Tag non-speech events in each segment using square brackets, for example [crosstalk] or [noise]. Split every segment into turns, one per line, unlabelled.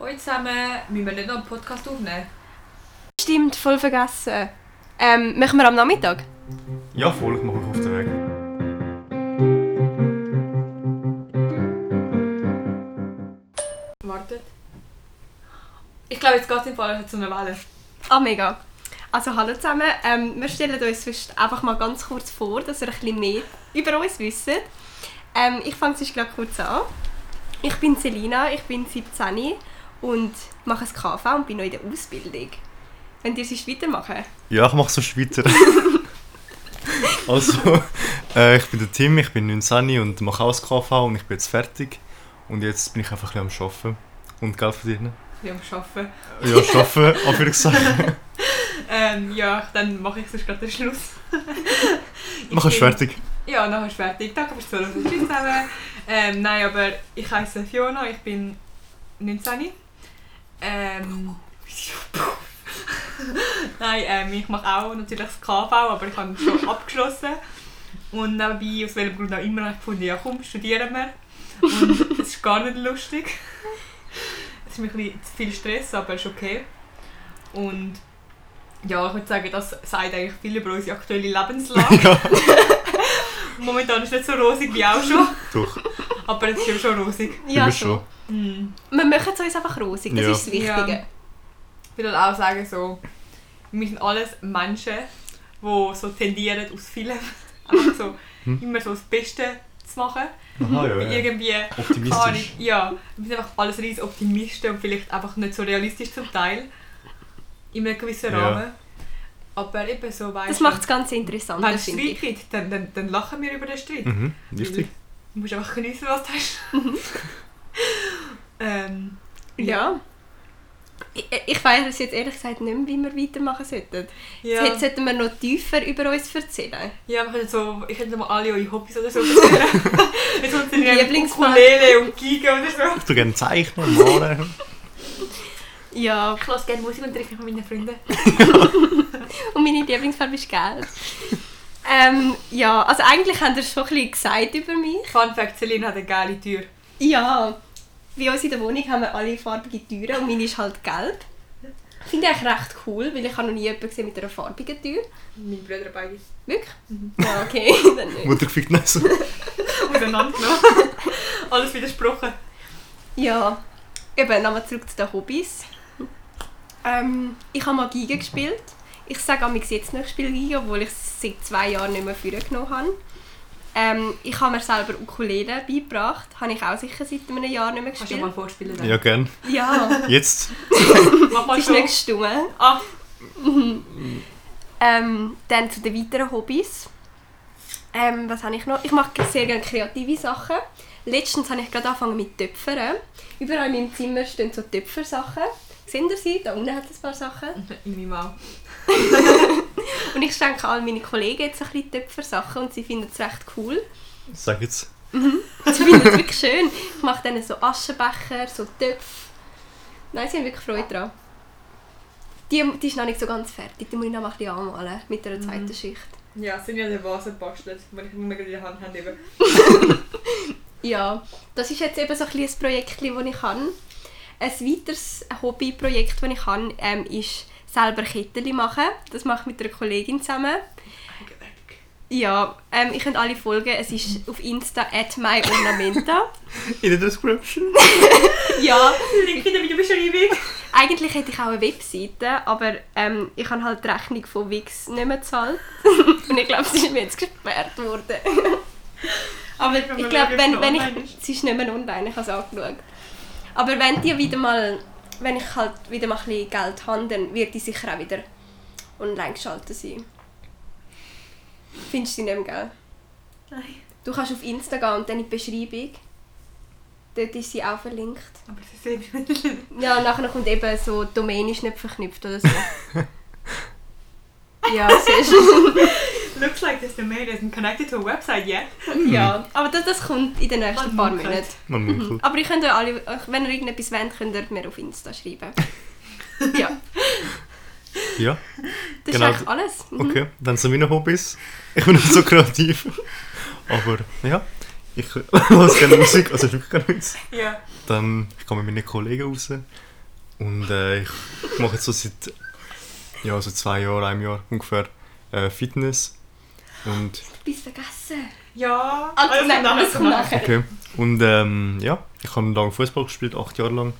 Hallo zusammen, müssen wir nicht noch einen Podcast aufnehmen?
Stimmt, voll vergessen. Ähm, machen wir am Nachmittag?
Ja, voll, ich mache mich auf den Weg.
Wartet. Ich glaube, jetzt geht es im Fall also zu einer Welle.
Ah, mega. Also hallo zusammen. Ähm, wir stellen uns sonst einfach mal ganz kurz vor, dass ihr ein bisschen mehr über uns wisst. Ähm, ich fange sonst gleich kurz an. Ich bin Selina, ich bin 17 und mache ein KV und bin noch in der Ausbildung. Wenn ihr sonst weitermachen?
Ja, ich mache so [laughs] Schweizer. also, äh, ich bin der Tim, ich bin 19 und mache auch das KV und ich bin jetzt fertig. Und jetzt bin ich einfach ein bisschen am Arbeiten und Geld verdienen.
Ein bisschen am Arbeiten.
[laughs] Ja, arbeiten, Anführungszeichen.
Ähm, ja, dann mache ich sonst gerade den Schluss.
Mach es
bin-
fertig.
Ja, nachher ist fertig. Danke fürs Zuhören. Tschüss zusammen. Ähm, nein, aber ich heiße Fiona, ich bin 19. Ähm, [laughs] nein, ähm, ich mache auch natürlich das KV, aber ich habe schon abgeschlossen. Und nebenbei, aus welchem Grund auch immer, habe ich gefunden, ja komm, studieren wir. Und es ist gar nicht lustig. Es ist mir ein bisschen zu viel Stress, aber ist okay. Und ja, ich würde sagen, das sagt eigentlich viel über unsere aktuelle Lebenslage.
ja,
Momentan ist es nicht so rosig wie auch
[laughs]
schon,
doch,
aber es ist ja schon rosig.
immer schon.
Hm.
Wir machen es uns einfach rosig, das
Ja.
ist das Wichtige.
Ja. Ich würde auch sagen, so, wir sind alles Menschen, die so tendieren, aus vielem [laughs] einfach so,
Hm.
immer so das Beste zu machen.
Aha, ja, ja.
Irgendwie, keine Ahnung,
Optimistisch.
ja, wir sind einfach alles riesen Optimisten und vielleicht einfach nicht so realistisch zum Teil. In einem gewissen
Ja.
Rahmen. Aber eben so, weißt
Das macht das Ganze interessant,
Wenn es
finde
Streit
ich.
gibt, dann, dann, dann lachen wir über den Streit.
Mhm, richtig.
Du musst einfach geniessen, was du hast. ähm,
Ja. Ich, ich weiss es jetzt ehrlich gesagt nicht mehr, wie wir weitermachen sollten.
ja.
Jetzt sollten wir noch tiefer über uns erzählen.
Ja, wir können so, ich könnte mal alle eure Hobbys oder so erzählen. Jetzt kommt dann irgendwie
Lieblingsfach.
Ukulele und Giga oder so.
Ich tue gerne zeichnen, [laughs] malen.
Ja.
Ich lasse gerne Musikunterricht mit meinen Freunden.
Und meine Lieblingsfarbe ist gelb. ähm, ja, also eigentlich habt ihr schon ein bisschen gesagt über mich.
Fun Fact, Celine hat eine geile Tür.
Ja. Bei uns in der Wohnung haben wir alle farbige Türen und meine ist halt gelb. Finde ich eigentlich recht cool, weil ich habe noch nie jemanden gesehen mit einer farbigen Tür.
Meine Brüder beide.
Wirklich? Ja, okay. [laughs] Dann nicht.
Mutter fickt nicht so.
Auseinandergenommen. [laughs] Alles widersprochen.
Ja, eben nochmal zurück zu den Hobbys. Ähm, ich habe mal Giga gespielt. Ich sage am jetzt noch, ich spiele Giga, obwohl ich es seit zwei Jahren nicht mehr vorgenommen habe. Ähm, ich habe mir selber Ukulele beigebracht. Habe ich auch sicher seit einem Jahr nicht mehr
Kannst du mal
gespielt.
vorspielen? dann?
Ja, gern.
[laughs]
Ja,
Jetzt.
Mach
es
mal
ist
so.
nicht gestummen.
Ah,
Ähm, dann zu den weiteren Hobbys. Ähm, was habe ich noch? Ich mache sehr gerne kreative Sachen. Letztens habe ich gerade angefangen mit Töpfern. Überall in meinem Zimmer stehen so Töpfersachen. Seht ihr sie? Da unten hat es ein paar Sachen.
in meinem Mann.
Und ich schenke all meine Kollegen jetzt ein bisschen Töpfersachen und sie finden es recht cool.
Sag jetzt.
Sie finden es wirklich schön. Ich mache denen so Aschenbecher, so Töpfe. Nein, sie haben wirklich Freude daran. Die, die ist noch nicht so ganz fertig, die muss ich noch mal ein bisschen anmalen mit einer zweiten Schicht.
Ja, sind ja der Vase gebastelt, wenn ich mir gerade in der Hand habe.
Ja, das ist jetzt eben so ein bisschen ein Projekt, das ich habe. Ein weiteres Hobbyprojekt, das ich habe, ähm, ist selber Kettchen machen. Das mache ich mit einer Kollegin zusammen. Ja, ähm, ihr könnt alle folgen. Es ist auf Insta at myornamenta.
In der Description.
ja,
Link in der Videobeschreibung.
eigentlich hätte ich auch eine Webseite, aber ähm, ich habe halt die Rechnung von Wix nicht mehr gezahlt. [laughs] Und ich glaube, sie ist mir jetzt
[laughs]
gesperrt worden. aber
Ich
ich glaube, wenn, wenn ich...
online ist.
Sie ist nicht mehr online, ich habe es angeschaut. Aber wenn die wieder mal... Wenn ich halt wieder mal ein bisschen Geld habe, dann wird die sicher auch wieder online geschaltet sein. Findest du sie nicht mehr, gell?
Nein.
Du kannst auf Insta gehen und dann in die Beschreibung. Dort ist sie auch verlinkt.
Aber sie sehen nicht.
Ja, und nachher kommt eben so, die Domain ist nicht verknüpft oder [laughs] so. ja, siehst
Looks like this domain isn't connected to a website yet.
du. ja. Aber das, das kommt in den nächsten
Ah,
paar
Munkelt.
Monaten.
Man munkelt.
Aber ich könnte alle, wenn ihr irgendetwas wollt, könnt ihr mir auf Insta [laughs] schreiben. Ja,
Ja.
das ist
Genau.
eigentlich alles. Mhm.
Okay, dann sind meine Hobbys. Ich bin nicht so kreativ. Aber ja, ich höre gerne Musik, also ich höre gerne Musik.
Ja.
Dann ich gehe mit meinen Kollegen raus. Und äh, ich mache jetzt so seit ja, so zwei Jahren, einem Jahr ungefähr äh, Fitness. Und,
Bis vergessen.
Ja,
Also, nein, das kommt nachher.
okay. und ähm, ja, ich habe lange Fußball gespielt, acht Jahre lang.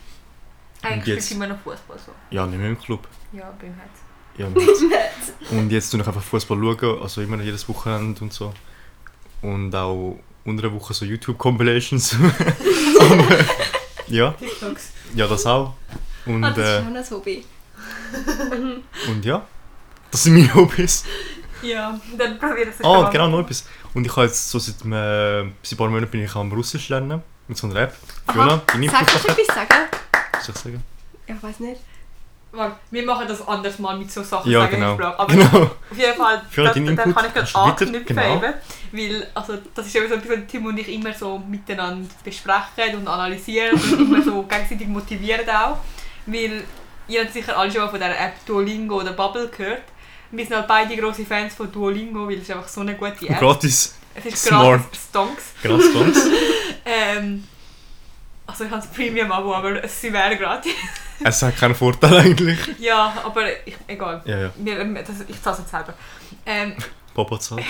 Eigentlich
Und jetzt?
spielst du immer noch Fußball so.
Ja, nicht mehr im Club.
Ja, beim Herz.
Ja, Mann. und jetzt schaue ich einfach Fußball, schauen, also immer jedes Wochenende und so. Und auch unter der Woche so YouTube-Compilations. [laughs] Aber, ja,
TikToks.
ja, das auch. Und,
ah, das
äh,
ist auch noch ein Hobby.
und ja, das sind meine [laughs] Hobbys.
Ja, dann probier das
Ah,
mal.
genau, noch etwas. Und ich habe jetzt so seit, einem- seit ein paar Monaten bin ich am Russisch lernen. Mit so einer App. Fiona, deine
Sag, kannst du
Sprache.
etwas sagen?
Soll ich sagen?
Ja, ich weiß nicht.
Warte, Wir machen das anders mal mit so Sachen.
Ja,
sagen wir
genau.
nicht, Bro. Aber
[laughs] genau.
Auf jeden Fall,
Für
da, da
deinen
kann
Input.
ich gerade
Hast du weiter-
anknüpfen
genau.
eben, weil also, das ist ja so etwas, was Tim und ich immer so miteinander besprechen und analysieren
[laughs]
und immer so gegenseitig motivieren auch, weil ihr habt sicher alle schon mal von der App Duolingo oder Bubble gehört. Wir sind halt beide grosse Fans von Duolingo, weil es ist einfach so eine gute App.
Gratis.
es ist
smart.
gratis, stonks.
Gratis, gratis.
Ähm, also ich habe das Premium-Abo, aber sie wäre gratis. [laughs]
es hat keinen Vorteil [laughs] eigentlich.
ja, aber ich, egal.
Ja, ja.
Wir, das, ich zahle es jetzt selber. Ähm,
Papa zahlt.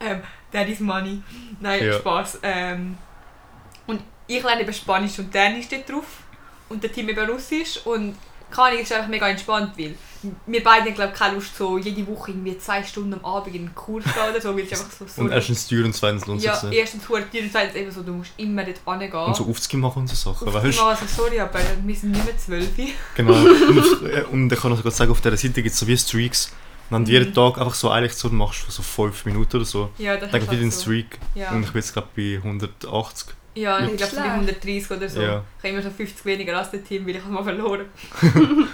ähm, Daddy's Money. Nein,
Ja.
Spaß. Ähm, und ich lerne eben Spanisch und Dänisch dort drauf. Und der Team eben Russisch. Und keine Ahnung, es ist einfach mega entspannt, weil wir beide haben, glaube ich, keine Lust, so jede Woche irgendwie zwei Stunden am Abend in einen Kurs zu gehen oder so, weil es einfach so... so
[laughs] Und erstens teuer und zweitens lohnt es
ja,
sich. nicht.
erstens verdammt teuer und zweitens eben so, du musst immer dort hingehen.
Und so aufzugehen machen und so Sachen,
Aufs-
weißt du?
also, sorry, aber wir sind nicht mehr zwölf. [laughs]
Genau. Und, auf- äh, und ich kann auch gerade sagen, auf dieser Seite gibt es so wie Streaks. Wenn du jeden Tag einfach so eine Lektion machst von so 5 Minuten oder so,
Mhm. Ja, das
dann
ist
geht wieder
halt
ein
so.
Streak.
Ja.
Und ich bin jetzt glaube bei 180.
Ja, ich
Nicht
glaube so bei
schlecht.
130 oder so.
Ja.
Ich habe immer so 50 weniger als der Team, weil ich habe mal
[laughs]
verloren.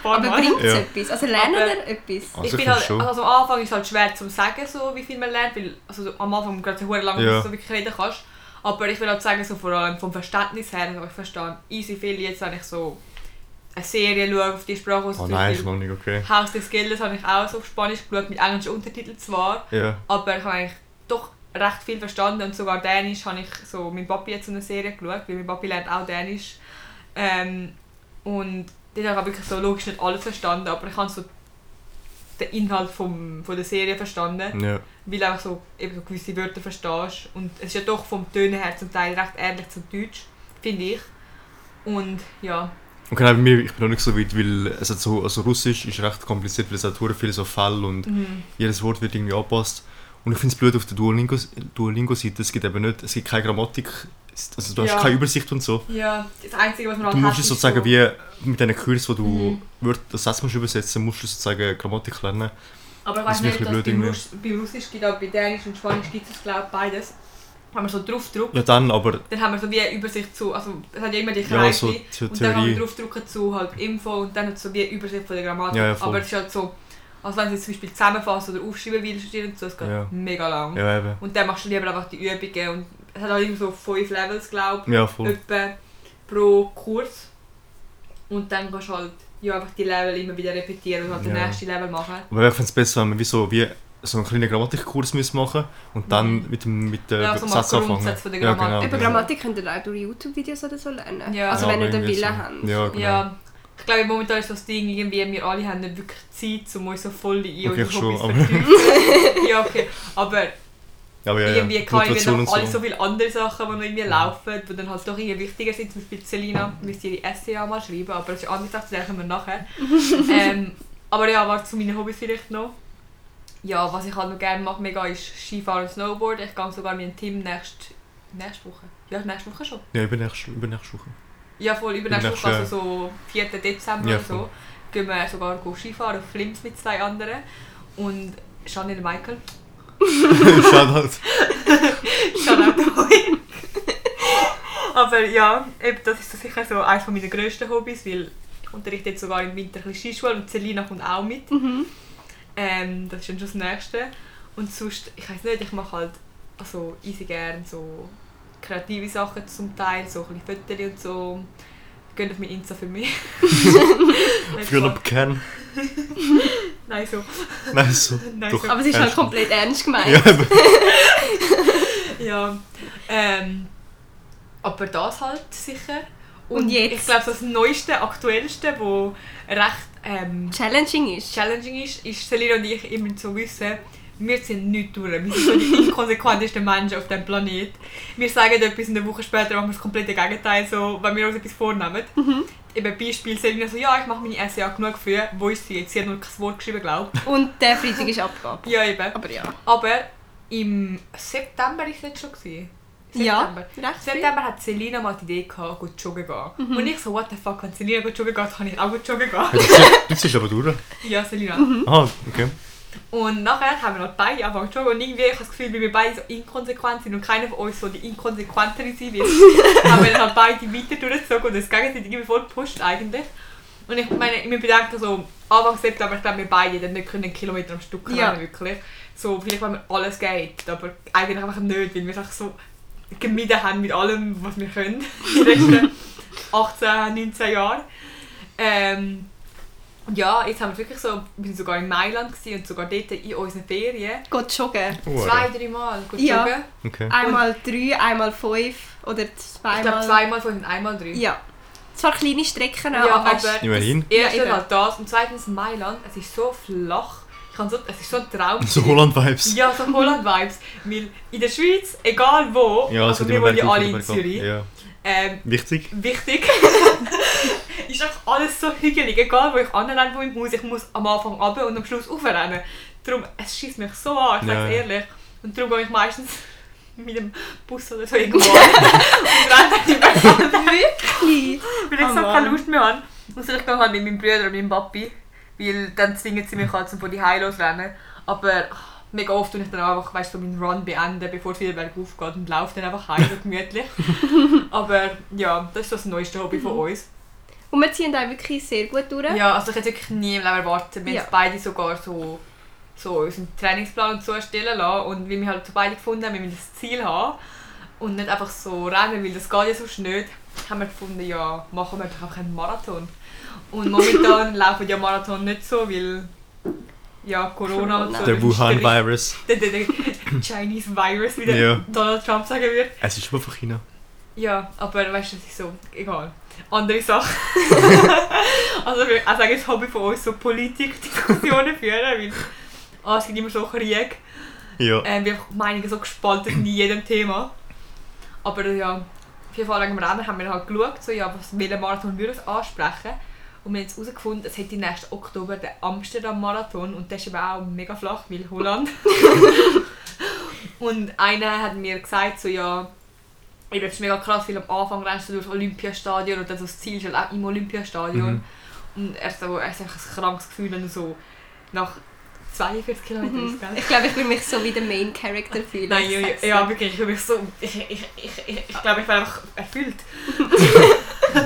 Aber bringt es
Ja.
etwas? Also lernen
Aber-
wir etwas?
Also
ich bin
finde
halt,
schon.
also am Anfang ist es halt schwer zu sagen, so, wie viel man lernt, weil also, so am Anfang gerade so verdammt lange,
Ja.
dass du so wirklich reden kannst. Aber ich will halt sagen, so vor allem vom Verständnis her, also ich verstehe easy viel. Jetzt, wenn ich so eine Serie schaue auf die Sprache, also
Oh
zum
nein, ist
Beispiel
noch nicht okay.
Haus des Geldes habe ich auch so auf Spanisch geschaut, mit englischen Untertiteln zwar.
Ja.
Aber ich habe eigentlich doch recht viel verstanden und sogar Dänisch habe ich so mit Papi jetzt so eine Serie geschaut, weil mein Papi lernt auch Dänisch. Ähm, und dort habe ich wirklich so logisch nicht alles verstanden, aber ich habe so den Inhalt vom, von der Serie verstanden,
ja.
weil du einfach so, eben so gewisse Wörter verstehst. Und es ist ja doch vom Tönen her zum Teil recht ähnlich zum Deutsch, finde ich. Und ja,
Und genau bei mir, ich bin noch nicht so weit, weil es hat so, also Russisch ist recht kompliziert, weil es hat hure viele so Fälle und
Mhm.
jedes Wort wird irgendwie angepasst. Und ich finde es blöd auf der Duolingo- Duolingo-Seite, es gibt eben nicht, es gibt keine Grammatik, also du
Ja.
hast keine Übersicht und so.
ja das Einzige, was halt man
Du musst es
ist
sozusagen
so-
wie mit diesen Kursen, wo du
Mhm.
Wörter, das Satz musst übersetzen musst, du sozusagen Grammatik lernen.
Aber ich
Das
weiß
ist
nicht,
wirklich
dass
blöd
bei,
irgendwie.
Russ bei Russisch gibt, aber bei Dänisch und Spanisch gibt es glaube ich beides. Wenn man so draufdruckt,
Ja, dann, aber
dann haben wir so wie eine Übersicht zu, also es hat ja immer die Kreise
ja, so zur
und dann kann man
Theorie.
draufdrucken zu halt Info und dann hat es so wie eine Übersicht von der Grammatik.
Ja, ja, voll.
aber es ist halt so, als wenn du jetzt zum Beispiel zusammenfassen oder aufschreiben willst, und so, es geht
Ja.
mega lang.
Ja, eben.
Und dann machst du lieber einfach die Übungen und es hat halt immer so fünf Levels glaube
Ja,
ich,
voll.
etwa pro Kurs. Und dann kannst du halt ja, einfach die Level immer wieder repetieren und halt den
Ja.
nächsten Level machen.
Aber ich finde es besser, wenn man wie so, wie so einen kleinen Grammatikkurs muss machen und dann mit dem mit der
Mhm. Ja, also mal
Satz anfangen.
Grundsätze von der
Ja,
Grammatik.
genau.
Über
ja.
Grammatik könnt ihr auch durch YouTube-Videos oder so lernen.
Ja.
Also
Ja,
wenn ihr den
irgendwie
Willen
so.
habt.
Ja, genau.
Ja, ich glaube momentan ist so das Ding, irgendwie, wir alle haben nicht wirklich Zeit, um uns so voll in
Okay,
unsere Hobbys
schon,
zu
aber-
vertiefen. [laughs] Ja, okay, aber
Aber ja, ja.
irgendwie kann ich
Motivation
noch
und
alle
so.
so viele andere Sachen, die noch irgendwie
Ja.
laufen, die dann halt doch irgendwie wichtiger sind. Zum Beispiel Selina müsste ihre Essay auch mal schreiben, aber das ist eine andere Sache, zu der kommen wir nachher. ähm, aber ja, warte zu meinen Hobbys vielleicht noch. Ja, was ich halt noch gerne mache, mega ist Skifahren und Snowboard. Ich gehe sogar mit dem Team nächste, nächste Woche. Ja, nächste Woche schon.
Ja, übernächste,
[laughs]
übernächste Woche.
Ja, voll übernächste
Übernächste,
Woche, also so 4. Dezember
Ja,
oder so,
voll.
gehen wir sogar go Skifahren auf Flims mit zwei anderen. Und Chanel Michael, [laughs]
Shoutout.
Chanel
[laughs]
Boy. Aber ja, eben, das ist so sicher so eines meiner grössten Hobbys, weil ich unterrichte jetzt sogar im Winter ein bisschen Skischule und Selina kommt auch mit. Ähm, das ist dann schon das Nächste. Und sonst, ich weiß nicht, ich mache halt also easy gerne so kreative Sachen zum Teil, so ein bisschen Fotos und so. Geht auf mein Insta für
[laughs]
mich.
Fühlen
[laughs]
ab Kern.
Nein, so.
Nein, so.
Nein,
Doch.
so.
Aber es ist halt
Ernst.
komplett ernst gemeint.
Ja, eben. [laughs]
Ja. Ähm, aber das halt sicher.
Und jetzt?
Ich glaube, das Neueste, Aktuellste, wo recht ähm,
Challenging ist.
challenging ist, ist Selina und ich immer zu wissen, wir sind nicht durch. Wir sind die [laughs] inkonsequentesten Menschen auf diesem Planet. Wir sagen etwas und eine Woche später machen wir das komplette Gegenteil, so, wenn wir uns etwas vornehmen.
Mhm.
Eben Beispiel Selina so, ja, ich mache meine SEA genug für, wo ist sie jetzt? Sie hat nur kein Wort geschrieben, glaube
Und der Freitag ist Abgabe.
ich. Ja, eben.
Aber ja.
Aber im September ist es jetzt schon. Gewesen.
Ja,
September.
recht
Im September hat Selina mal die Idee gehabt, gut joggen gehen. Und ich so, what the fuck, wenn Selina gut joggen geht, kann ich auch gut joggen
[laughs]
gehen.
Du ziehst- Du ziehst aber durch.
ja, Selina.
Ah, okay.
Und nachher haben wir noch beide angefangen zu joggen und irgendwie, ich habe das Gefühl, weil wir beide so inkonsequent sind und keiner von uns so die inkonsequentere sind, ist, haben wir dann halt beide weiter durchgezogen und das gegenseitig immer voll gepusht eigentlich. Und ich meine, ich mir bedenke so, Anfang September, ich glaube, wir beide dann nicht können einen Kilometer am Stück rennen,
Ja.
wirklich. So, vielleicht, wenn wir alles geht, aber eigentlich einfach nicht, weil wir es einfach so gemieden haben mit allem, was wir können, die letzten 18, 19 Jahre. Ähm, und ja, jetzt haben wir wirklich so, wir sind sogar in Mailand gewesen und sogar dort in unseren Ferien.
Geht joggen.
Zwei, drei Mal gut
Ja.
joggen.
Oh, Okay.
Einmal drei, einmal fünf oder
Ich glaube
zweimal.
zweimal von und einmal drei.
Ja. Zwar kleine Strecken,
Ja,
aber,
aber
Immerhin.
Ja,
erstens
eben.
halt das und zweitens Mailand, es ist so flach. Ich kann so, es ist so ein Traum.
So Holland-Vibes.
Ja, so Holland-Vibes. Weil in der Schweiz, egal wo,
es
also
wird
wir
immer
wohnen ja
bergauf
alle
und
in
bergab.
Zürich,
Ja.
ähm,
Wichtig.
wichtig. [laughs] ist einfach alles so hügelig. Egal wo ich anrenne, wo ich muss, ich muss am Anfang runter und am Schluss aufrennen. Darum, es schießt mich so an, ich
Ja.
sage ehrlich. Und darum gehe ich meistens [laughs] mit dem Bus oder so irgendwo [laughs] an und renne dann überall, [laughs]
Wirklich?
weil ich
Oh
so
Mann.
keine Lust mehr habe. Und ich gehe halt mit meinem Bruder oder meinem Papi, weil dann zwingen sie mich halt, um von die Heil losrennen. Aber ach, mega oft tue ich dann auch einfach, weißt du, so meinen Run beenden, bevor es wieder bergauf geht und laufe dann einfach heim, so
[laughs]
gemütlich. Aber ja, das ist so das neueste Hobby
Mhm.
von uns.
Und wir ziehen da wirklich sehr gut durch.
Ja, also ich hätte wirklich nie im Leben erwartet, wenn
Ja.
es beide sogar so, so unseren Trainingsplan und so erstellen lassen und wie wir halt so beide gefunden haben, wir müssen das Ziel haben und nicht einfach so rennen, weil das geht ja sonst nicht, haben wir gefunden, ja, machen wir doch einfach einen Marathon. Und momentan laufen ja Marathon nicht so, weil ja, Corona und so.
Der
das ist
Wuhan-Virus.
Der, der, der Chinese Virus, wie der
Ja.
Donald Trump sagen würde.
Es ist immer von China.
Ja, aber weißt du, das ist so, egal. Andere Sachen. also wir- ich sage, das Hobby von uns so Politikdiskussionen führen, weil ah, es gibt immer so Kriege.
Ja.
Ähm, wir haben Meinungen so gespalten in jedem Thema. Aber ja, auf jeden Fall wegen dem Rennen haben wir halt geschaut, so, ja, was welchen Marathon würde es ansprechen. Und wir haben jetzt herausgefunden, es hätte nächsten Oktober den Amsterdam-Marathon und der ist eben auch mega flach, weil
[laughs]
Holland. und einer hat mir gesagt, so ja, eben, es ist mega krass, weil am Anfang rennst du durch das Olympiastadion und dann so das Ziel ist halt auch im Olympiastadion.
Mhm.
Und er so, er ist einfach ein krankes Gefühl, wenn du so nach 42 Kilometern
Mhm.
ist, gell?
Ich glaube, ich will mich so wie der Main Character fühlen.
Nein, ja, ja, ja, wirklich, ich fühle mich so. Ich, ich, ich, ich, ich glaube, ich war einfach erfüllt.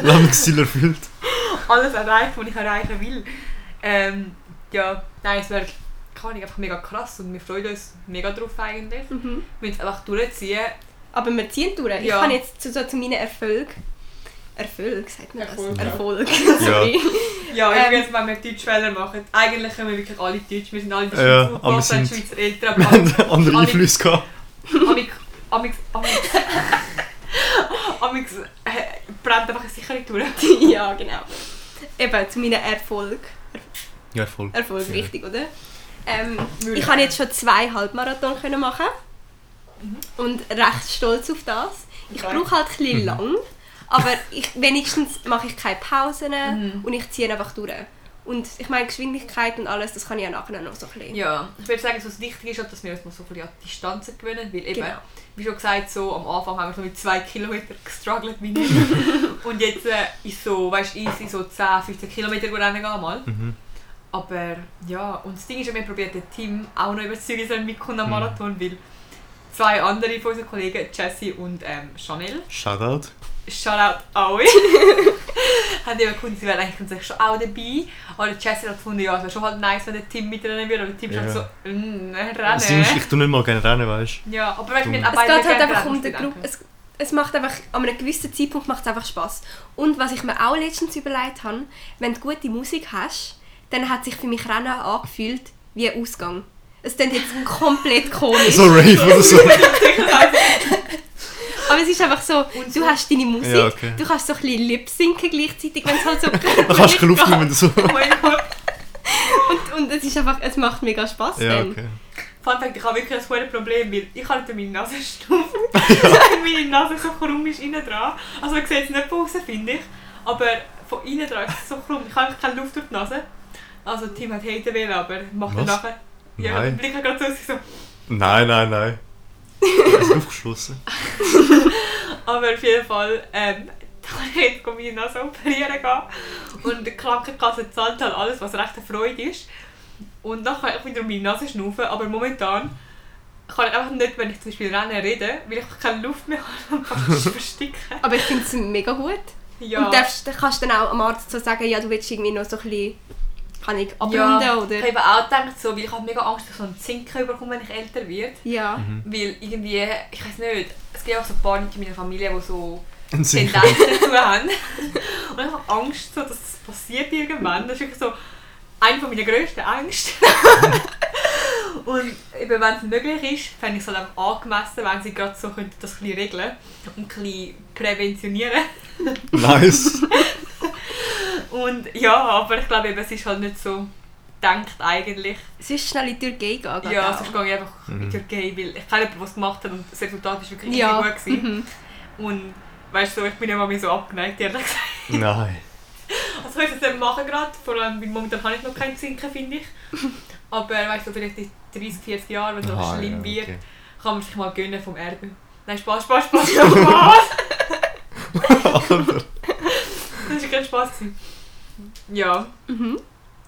Landes Ziel erfüllt.
[laughs] Alles erreicht, was ich erreichen will. Ähm, ja, nein, es wäre keine Ahnung, einfach mega krass und wir freuen uns mega drauf eigentlich.
Mhm.
Wir müssen es einfach durchziehen.
Aber wir ziehen durch. Ich
Ja.
kann jetzt zu, so, zu meinen Erfolg. Erfolg, sagt man
Erfolg.
das? Erfolg. [laughs] Sorry.
Ja,
Ähm,
übrigens, wenn wir Deutschfehler machen, eigentlich können wir wirklich alle Deutsch, wir sind alle in der
Ja,
Schweiz
aber wir
aufgewachsen,
sind-
Schweizer Eltern,
[laughs] Wir
aber alle-
haben andere
Alle-
Einflüsse gehabt.
Amix, Amix, Amix. [laughs] Amix äh, brennt einfach sicher nicht durch.
ja, genau. Eben, zu meinen Erfolg.
Ja, voll.
Erfolg,
Ja.
richtig, oder? Ähm, ich kann jetzt schon zwei Halbmarathon können machen
Mhm.
und recht stolz auf das. Ich
Okay.
brauche halt ein bisschen
Mhm.
lang, aber ich, wenigstens mache ich keine Pausen
Mhm.
und ich ziehe einfach durch. Und ich meine, Geschwindigkeit und alles, das kann ich ja nachher noch so ein bisschen.
Ja, ich würde sagen, was wichtig ist, halt, dass wir uns mal so ein bisschen an die Distanzen gewöhnen, weil eben,
Genau.
wie schon gesagt, so, am Anfang haben wir so mit 2 Kilometern gestruggelt mindestens. und jetzt äh, ist so, weißt du, easy so 10, 15 Kilometer rennen gehen mal.
Mhm.
Aber ja, und das Ding ist, ja, wir probieren den Team auch noch überzeugen, dass er mitkommt am
Mhm.
Marathon, weil zwei andere von unseren Kollegen, Jesse und ähm, Chanel,
Shoutout.
Shoutout Aoi. [laughs] hat eben gefunden, sie wären eigentlich grundsätzlich schon auch dabei. Aber Jesse hat gefunden, ja, es wäre schon halt nice, wenn der Team mitrennen würde. Aber der Team ist
Ja.
halt so, mm,
Das Ding ist,
rennen.
ich tue nicht mal gerne rennen, weißt
Ja, aber weißt du, wir
Es
haben
Es
beide
geht halt
gerne
einfach
rennen,
um
muss
den
ich
Grupp.
denken.
Es, es macht einfach, an einem gewissen Zeitpunkt macht es einfach Spass. Und was ich mir auch letztens überlegt habe, wenn du gute Musik hast, dann hat sich für mich Rennen angefühlt wie ein Ausgang.
[laughs]
Es klingt jetzt komplett
du?
komisch.
So Rave oder so.
Aber es ist einfach so,
Und
du
so.
hast deine Musik,
Ja, okay.
du kannst so ein bisschen lip-sinken gleichzeitig, wenn es halt so
[laughs]
[laughs]
Da kannst du keine Luft nehmen, wenn du so...
[laughs] Oh mein Gott.
Und, und es ist einfach, es macht mega Spass
Ja,
dann.
okay.
Fun Fact, ich habe wirklich ein hohes Problem, weil ich halte meine Nase
[laughs]
stumpf. Weil meine Nase so krumm ist innen dran. Also man sieht es nicht von außen, finde ich. Aber von innen dran ist es so krumm. Ich habe einfach keine Luft durch die Nase. Also Tim hat haten wollen, aber macht er
Was?
nachher. Ja,
Nein.
Nein. Blick gerade so, aus, ich so.
Nein, nein, nein. Er ist aufgeschlossen.
Aber auf jeden Fall, ähm, [laughs] da kann ich jetzt meine Nase operieren gehen. Und die Krankenkasse zahlt halt alles, was recht eine Freude ist. Und dann kann ich wieder um meine Nase schnaufen, aber momentan kann ich einfach nicht, wenn ich zum Beispiel renne, reden, weil ich einfach keine Luft mehr [laughs] habe und kann mich versticken.
Aber ich finde es mega gut.
Ja.
Und darfst, dann kannst du dann auch am Arzt so sagen, ja, du willst irgendwie noch so ein bisschen, kann ich, abrunden,
ja,
oder?
Ich habe eben auch gedacht, so, weil ich habe mega Angst, dass ich so einen Zinken bekomme, wenn ich älter werde.
Ja.
Mhm.
Weil irgendwie, ich weiß nicht, es gibt auch so ein paar Leute in meiner Familie, die so
Ein Sinn.
[laughs] Tendenz dazu haben. Und ich habe Angst, so, dass das passiert irgendwann. Das ist wirklich so eine von meiner grössten Ängste. Und eben, wenn es möglich ist, fände ich es halt auch angemessen, wenn sie gerade so könnten das ein bisschen regeln und ein bisschen präventionieren.
Nice.
Und ja, aber ich glaube eben, es ist halt nicht so denkt eigentlich.
Sonst schnell in die Türkei gehen. geht
Ja,
auch.
sonst gehe ich einfach in die Türkei, weil ich kenne jemanden, der es gemacht hat und das Resultat war wirklich
ja.
richtig gut. Gewesen.
Mhm.
Und weißt du, ich bin ja mal so abgeneigt, ehrlich gesagt.
Nein.
Also, Was soll ich jetzt denn machen gerade? Vor allem, weil momentan habe ich noch keinen Zinken, finde
[laughs]
ich. Aber weißt du, vielleicht in 30, 40 Jahren, wenn es noch
Aha,
Also, schlimm
ja,
wird,
okay.
kann man sich mal gönnen vom Erbe. Nein, Spaß, Spaß, Spaß,
[laughs]
Spaß!
[laughs] Aber-
das war kein Spaß. gewesen. Ja,
Mhm.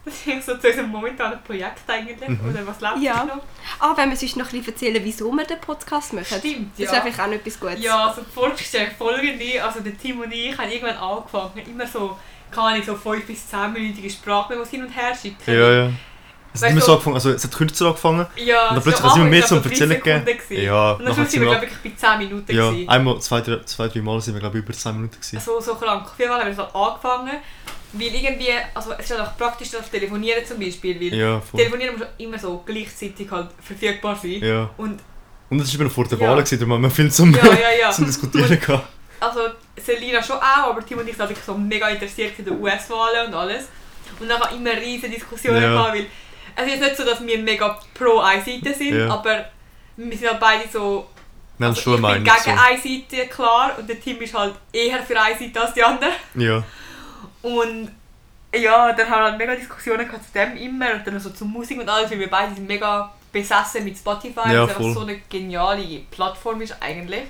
das ist so zu unserem momentanen Projekt eigentlich.
Mhm.
Oder was läuft
Ja.
noch?
Ah, wenn wir sonst noch ein bisschen erzählen, wieso wir den Podcast machen.
Stimmt,
Das
ja.
wäre vielleicht auch noch etwas Gutes.
Ja, also die Vorgeschichte folgende, also der Tim und ich haben irgendwann angefangen, immer so, keine Ahnung, so 5 bis 10 minütige Sprachmemos hin und her schicken.
ja, ja. Es
Weißt
hat immer
du-
so angefangen, also es hat kürzer angefangen.
Ja,
Und dann
es
plötzlich
war
hat es immer
am
mehr
Anfang
zum
etwa 30
Erzählen gegeben.
Sekunden gewesen.
Ja,
Und dann
nachher
sind
sind
wir,
wir
glaube ich, bei 10 Minuten.
Ja,
gewesen.
einmal, zwei, drei, zwei, drei Mal sind wir glaube ich über 10 Minuten gewesen.
So, so krank. Auf jeden Fall haben wir so angefangen, weil irgendwie, also es ist halt auch praktisch das Telefonieren zum Beispiel, weil
Ja, voll.
Telefonieren muss immer so gleichzeitig halt verfügbar sein.
Ja.
Und
Und das war eben vor der
Ja.
Wahl, gewesen, darum haben wir viel zum,
ja, ja,
[laughs]
ja.
zum Diskutieren gehabt.
also Selina schon auch, aber Tim und ich sind wirklich so mega interessiert in den US-Wahlen und alles. Und dann haben wir immer riesige Diskussionen
Ja.
gehabt, weil es ist nicht so, dass wir mega pro eine Seite sind,
Ja.
aber wir sind halt beide so
Wir haben
Also
schon eine
ich bin
Meinung.
gegen
so.
eine Seite klar und der Team ist halt eher für eine Seite als die andere.
Ja.
Und ja, dann haben wir halt mega Diskussionen gehabt zu dem immer und dann so zu Musik und alles, weil wir beide sind mega besessen mit Spotify,
Ja,
was einfach
voll.
so eine geniale Plattform ist eigentlich.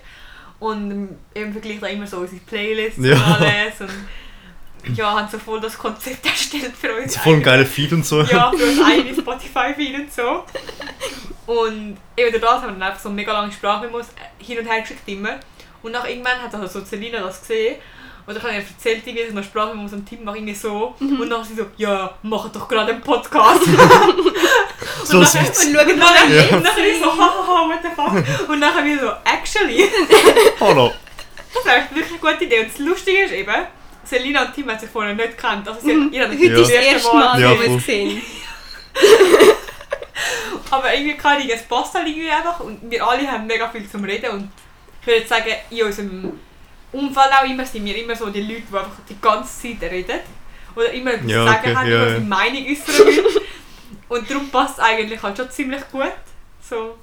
Und ähm, im Vergleich da immer so unsere Playlists und
Ja. [laughs]
alles und ja, haben so voll das Konzept erstellt für uns.
So voll ein
eigentlich.
geiler Feed und so.
Ja, für uns eigene Spotify-Feed und so. Und eben durch das haben wir dann einfach so mega lange Sprachmemos hin und her geschickt immer. Und nach irgendwann hat also so Celina das gesehen. Und dann habe ich ihr erzählt, irgendwie, dass wir Sprachmemos am Team machen, irgendwie so.
Mhm.
Und dann hat sie so, ja, mach doch gerade einen
[laughs]
Podcast.
so ein
und nachher-
Witz.
Und schauen
Und
wir
nachher,
Ja.
und nachher ich so, [laughs] hahaha, what the fuck. Und nachher wir so, actually,
[laughs]
[laughs]
Hallo.
das wäre echt wirklich eine gute Idee. Und das Lustige ist eben, Selina und Tim haben sich vorher nicht gekannt. Also sie
Mhm.
ihr habt
Heute
Ja.
ist das erste Mal,
Ja,
wo wir
voll.
es sehen.
Aber irgendwie keine Ahnung, es passt halt irgendwie einfach und wir alle haben mega viel zum Reden und ich würde jetzt sagen, in unserem Umfeld auch immer sind wir immer so die Leute, die einfach die ganze Zeit reden oder immer etwas
Ja,
zu sagen
okay,
haben,
ja,
immer
ja.
ihre Meinung äußern wollen und darum passt es eigentlich halt schon ziemlich gut. So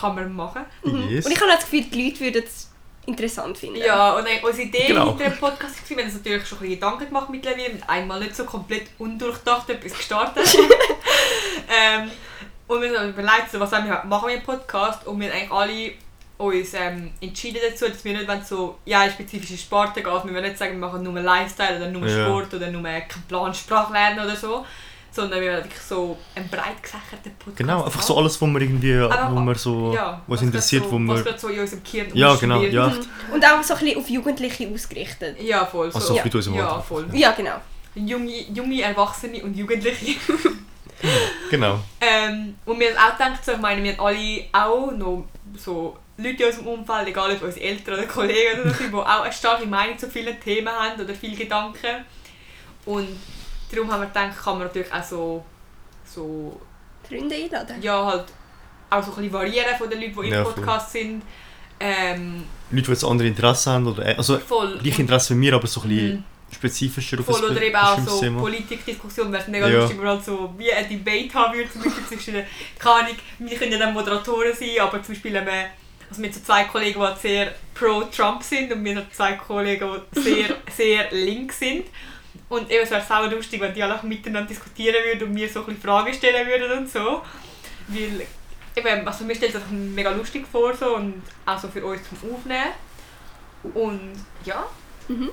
kann man machen.
Yes.
Und ich habe auch das Gefühl, die Leute würden es interessant finden.
Ja, und dann, unsere Idee
Genau.
hinter dem Podcast war, wir haben uns natürlich schon ein bisschen Gedanken gemacht mittlerweile, und einmal nicht so komplett undurchdacht etwas gestartet.
[laughs]
ähm, und wir haben uns überlegt, so, was wollen wir machen wir im Podcast und wir haben eigentlich alle uns ähm, entschieden dazu, dass wir nicht wollen, so ja, in spezifische Sparten gehen, also wir wollen nicht sagen, wir machen nur Lifestyle oder nur
Ja.
Sport oder nur keinen Plan Sprache lernen oder so, sondern wir wollen wirklich so einen breit gefächerten Podcast
Genau, einfach so
haben.
alles, wo wir irgendwie,
Aber-
wo wir so,
ja,
was
gerade
interessiert,
so,
wo
was
wir,
gerade so Mhm. in unserem Gehirn
ja genau,
umschwirrt.
ja,
Und auch so ein bisschen auf Jugendliche ausgerichtet.
Ja, voll. So.
also
Ja.
für unser
Ja,
Alter.
voll.
Ja, genau.
junge, junge Erwachsene und Jugendliche. [laughs]
Genau,
ähm, und wir haben auch gedacht, so, ich meine, wir haben alle auch noch so Leute in unserem Umfeld, egal ob unsere Eltern oder Kollegen oder so, die auch eine starke Meinung zu vielen Themen haben oder viele Gedanken. Und darum haben wir gedacht, kann man natürlich auch so, so
Freunde einladen.
ja, halt auch so ein bisschen variieren von den Leuten, die
Ja,
im
voll.
Podcast sind. ähm,
Leute, die jetzt andere Interessen haben, oder, also
voll.
gleich Interesse wie mir, aber so ein bisschen
Mhm.
spezifischer auf
Voll
ein
oder eben auch
bestimmtes
so
Thema.
Politikdiskussion wäre es mega
Ja.
lustig, wenn man halt so wie ein Debate haben würde, zum Beispiel zwischen, den- keine Ahnung, wir können ja dann Moderatoren sein, aber zum Beispiel eben, also wir haben so zwei Kollegen, die sehr pro-Trump sind und wir haben zwei Kollegen, die
[laughs]
sehr, sehr links sind. Und eben, es wäre sau lustig, wenn die alle miteinander diskutieren würden und mir so ein bisschen Fragen stellen würden und so. Weil, eben, also mir stellt das mega lustig vor so und auch so für uns zum Aufnehmen. Und ja,
Mhm.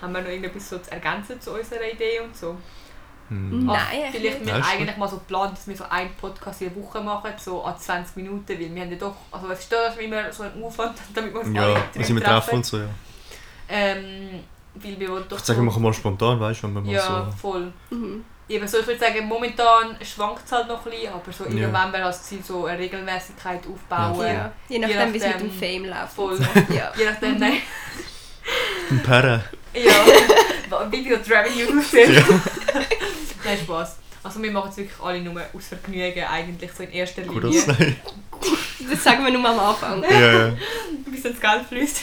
haben wir noch irgendetwas so zu ergänzen zu unserer Idee und so?
Mhm.
Nein,
Ach,
eigentlich
Vielleicht
nicht.
wir
Ja, ist
eigentlich mal so geplant, dass wir so einen Podcast jede Woche machen, so an 20 Minuten, weil wir haben ja doch, also es ist doch immer so ein Aufwand, [laughs] damit wir uns alle
Ja,
drei
was ich mir treffen und so, ja.
Ähm, weil wir wollen doch...
Ich sage, wir machen mal spontan, weißt du, wenn wir mal
Ja,
so.
voll.
Mhm.
Eben so, ich würde sagen, momentan schwankt es halt noch ein bisschen, aber so im
Ja.
November als Ziel so eine Regelmäßigkeit aufbauen.
Ja. Je nachdem, wie es mit dem
nachdem-
Fame läuft.
Voll.
[laughs] Ja.
Je nachdem, nein.
Ein Perre.
[laughs] Ja, wie viel die Revenues aussehen.
Ja.
[laughs] Nein, Spaß. Also wir machen es wirklich alle nur aus Vergnügen eigentlich, so in erster Linie.
Kudos, nein.
Das sagen wir nur am Anfang.
Ja, ja.
bis ins Geld fließt.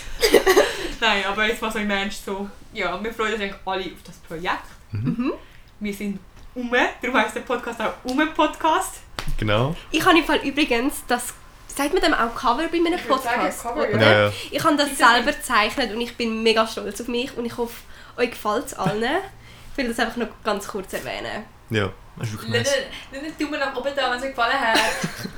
Nein, aber jetzt mal so im Ernst so. Ja, wir freuen uns eigentlich alle auf das Projekt.
Mhm.
Wir sind um, darum heisst der Podcast auch um Um-Podcast.
Genau.
Ich habe im Fall übrigens das. Sagt man dem auch Cover bei meinem
Ich würde sagen,
Podcast?
Cover,
oder?
Ja.
Ja, ja.
Ich habe das selber gezeichnet und ich bin mega stolz auf mich und ich hoffe, euch gefällt es allen. Ich will das einfach noch ganz kurz erwähnen.
Ja. Das ist wirklich nice.
Nicht den Daumen nach oben da, wenn es euch gefallen hat.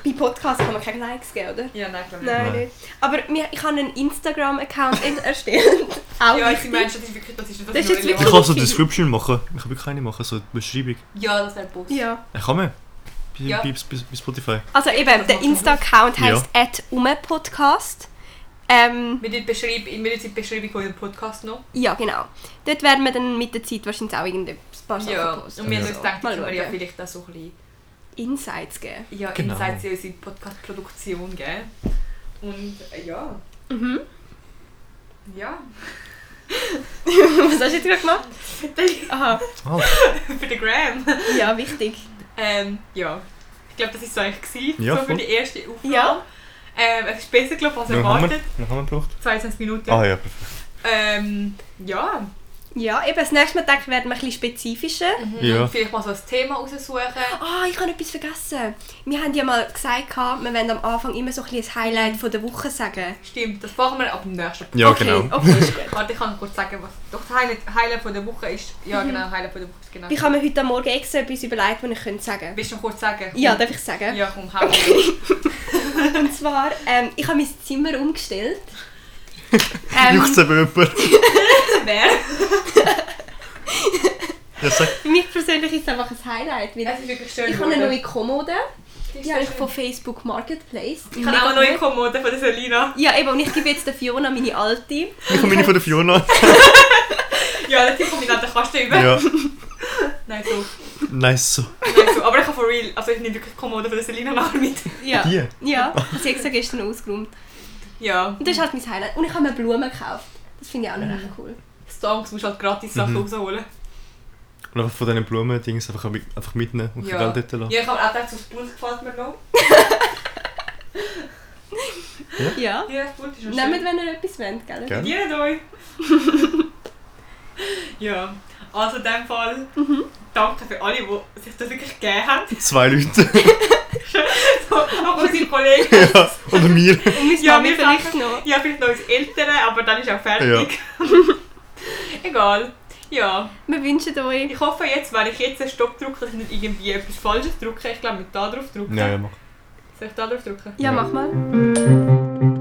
Bei Podcasts kann man keine Likes geben, oder?
[laughs] Ja, nein, glaube
Nein,
Nein.
nicht. Aber mir- ich habe einen Instagram-Account [laughs] erstellt. Auch
ich. Ja, ich
wichtig.
meine, das ist wirklich, das ist das,
Das ist jetzt
neue
wirklich-
Ich
Jahr.
kann so eine Description machen. Ich kann wirklich keine machen, so eine Beschreibung.
Ja, das wäre Boss.
Ja.
Ich kann man. Bei,
Ja.
bei, bei, bei Spotify.
Also eben, der Insta-Account heisst ja. @umepodcast. Ähm,
Wir tun die Beschreibung, wir tun die Beschreibung von unserem Podcast noch.
ja, genau. Dort werden wir dann mit der Zeit wahrscheinlich auch irgendein paar Sachen
Ja, und
posten.
wir haben
oder
uns
so.
gedacht,
Mal
dass wir ja
schauen.
vielleicht auch so ein bisschen
Insights geben.
ja,
Genau.
Insights in unsere Podcast-Produktion geben. Und äh, ja,
Mhm.
ja.
[laughs]
[laughs]
Was hast du jetzt gerade gemacht? Aha,
Ah,
für den Gram.
ja, wichtig.
Ähm, ja. Ich glaube, das war es eigentlich. Gewesen,
Ja,
so für
voll.
die erste Aufnahme.
Ja.
Ähm, es ist besser gelaufen als
wie lange haben wir,
erwartet.
wie lange haben wir gebraucht?
22 Minuten.
Ah ja, perfekt.
Ähm, ja.
Ja, eben das nächste Mal denke ich, werden wir ein bisschen spezifischer.
Ja.
Mhm. Vielleicht mal so ein Thema raussuchen.
Ah, ich habe etwas vergessen. Wir haben ja mal gesagt, gehabt, wir wollen am Anfang immer so ein bisschen das Highlight von der Woche sagen.
Stimmt, das machen wir ab dem nächsten Punkt.
Ja,
okay,
genau.
Okay, ist gut.
Warte, ich kann kurz sagen, was doch das Highlight, Highlight von der Woche ist. Ja, genau, Highlight von der Woche ist genau.
Mhm. Ich habe mir heute Morgen extra etwas überlegt, was ich könnte sagen
Willst du noch kurz sagen?
Ja, darf ich sagen?
Ja, komm, hau
Und zwar, ähm, ich habe mein Zimmer
[laughs]
umgestellt. Ähm,
Juckt's eben jemand?
Wer?
Ja, sag.
für mich persönlich ist es einfach ein Highlight. Weil
Es ist wirklich schön.
ich habe eine
geworden.
neue Kommode,
Die ist
die
so
habe ich
schön.
von Facebook Marketplace.
Ich habe auch eine neue Kommode von der Selina.
Ja, eben, und ich gebe jetzt der Fiona meine alte.
Ich komme rein von der Fiona.
Ja, der Typ kommt mit einer Kasten über.
Ja,
Nein, so.
nice so.
Nein, so. Aber ich habe for real, also ich nehme wirklich die Kommode von der Selina nachher mit.
Ja.
Die?
Ja, sie hat sie gestern ausgeräumt.
Ja.
Und das ist halt mein Highlight. Und ich habe mir Blumen gekauft. Das finde ich auch noch recht cool.
Songs musst du halt gratis Sachen
Mhm.
rausholen.
Und einfach von diesen Blumen-Dings einfach, einfach mitnehmen und kein
Ja.
Geld dort lassen.
Ja, ich habe auch gedacht, so das Pult gefällt mir noch.
Ja.
Ja, das Pult ist noch
Nehmt,
schön.
wenn ihr etwas wollt, gell?
Gell?
Nehmt euch. [laughs] ja, also in dem Fall danke für alle, die sich das wirklich gegeben [laughs] haben.
Zwei Leute. [laughs]
Auch unsere Kollegen.
ja. Oder mir.
Und meine
Ja,
Mami
wir
vielleicht
sagen-
noch.
Ja, vielleicht noch uns Eltern, aber dann ist auch fertig. [laughs] Egal. Ja,
Wir wünschen euch...
ich hoffe jetzt, wenn ich jetzt einen Stopp drücke, dass ich nicht irgendwie etwas Falsches drücke. Ich glaube, mit da drauf drücken.
Ja, ja, mach.
Soll ich da drauf drücken?
Ja, mach mal.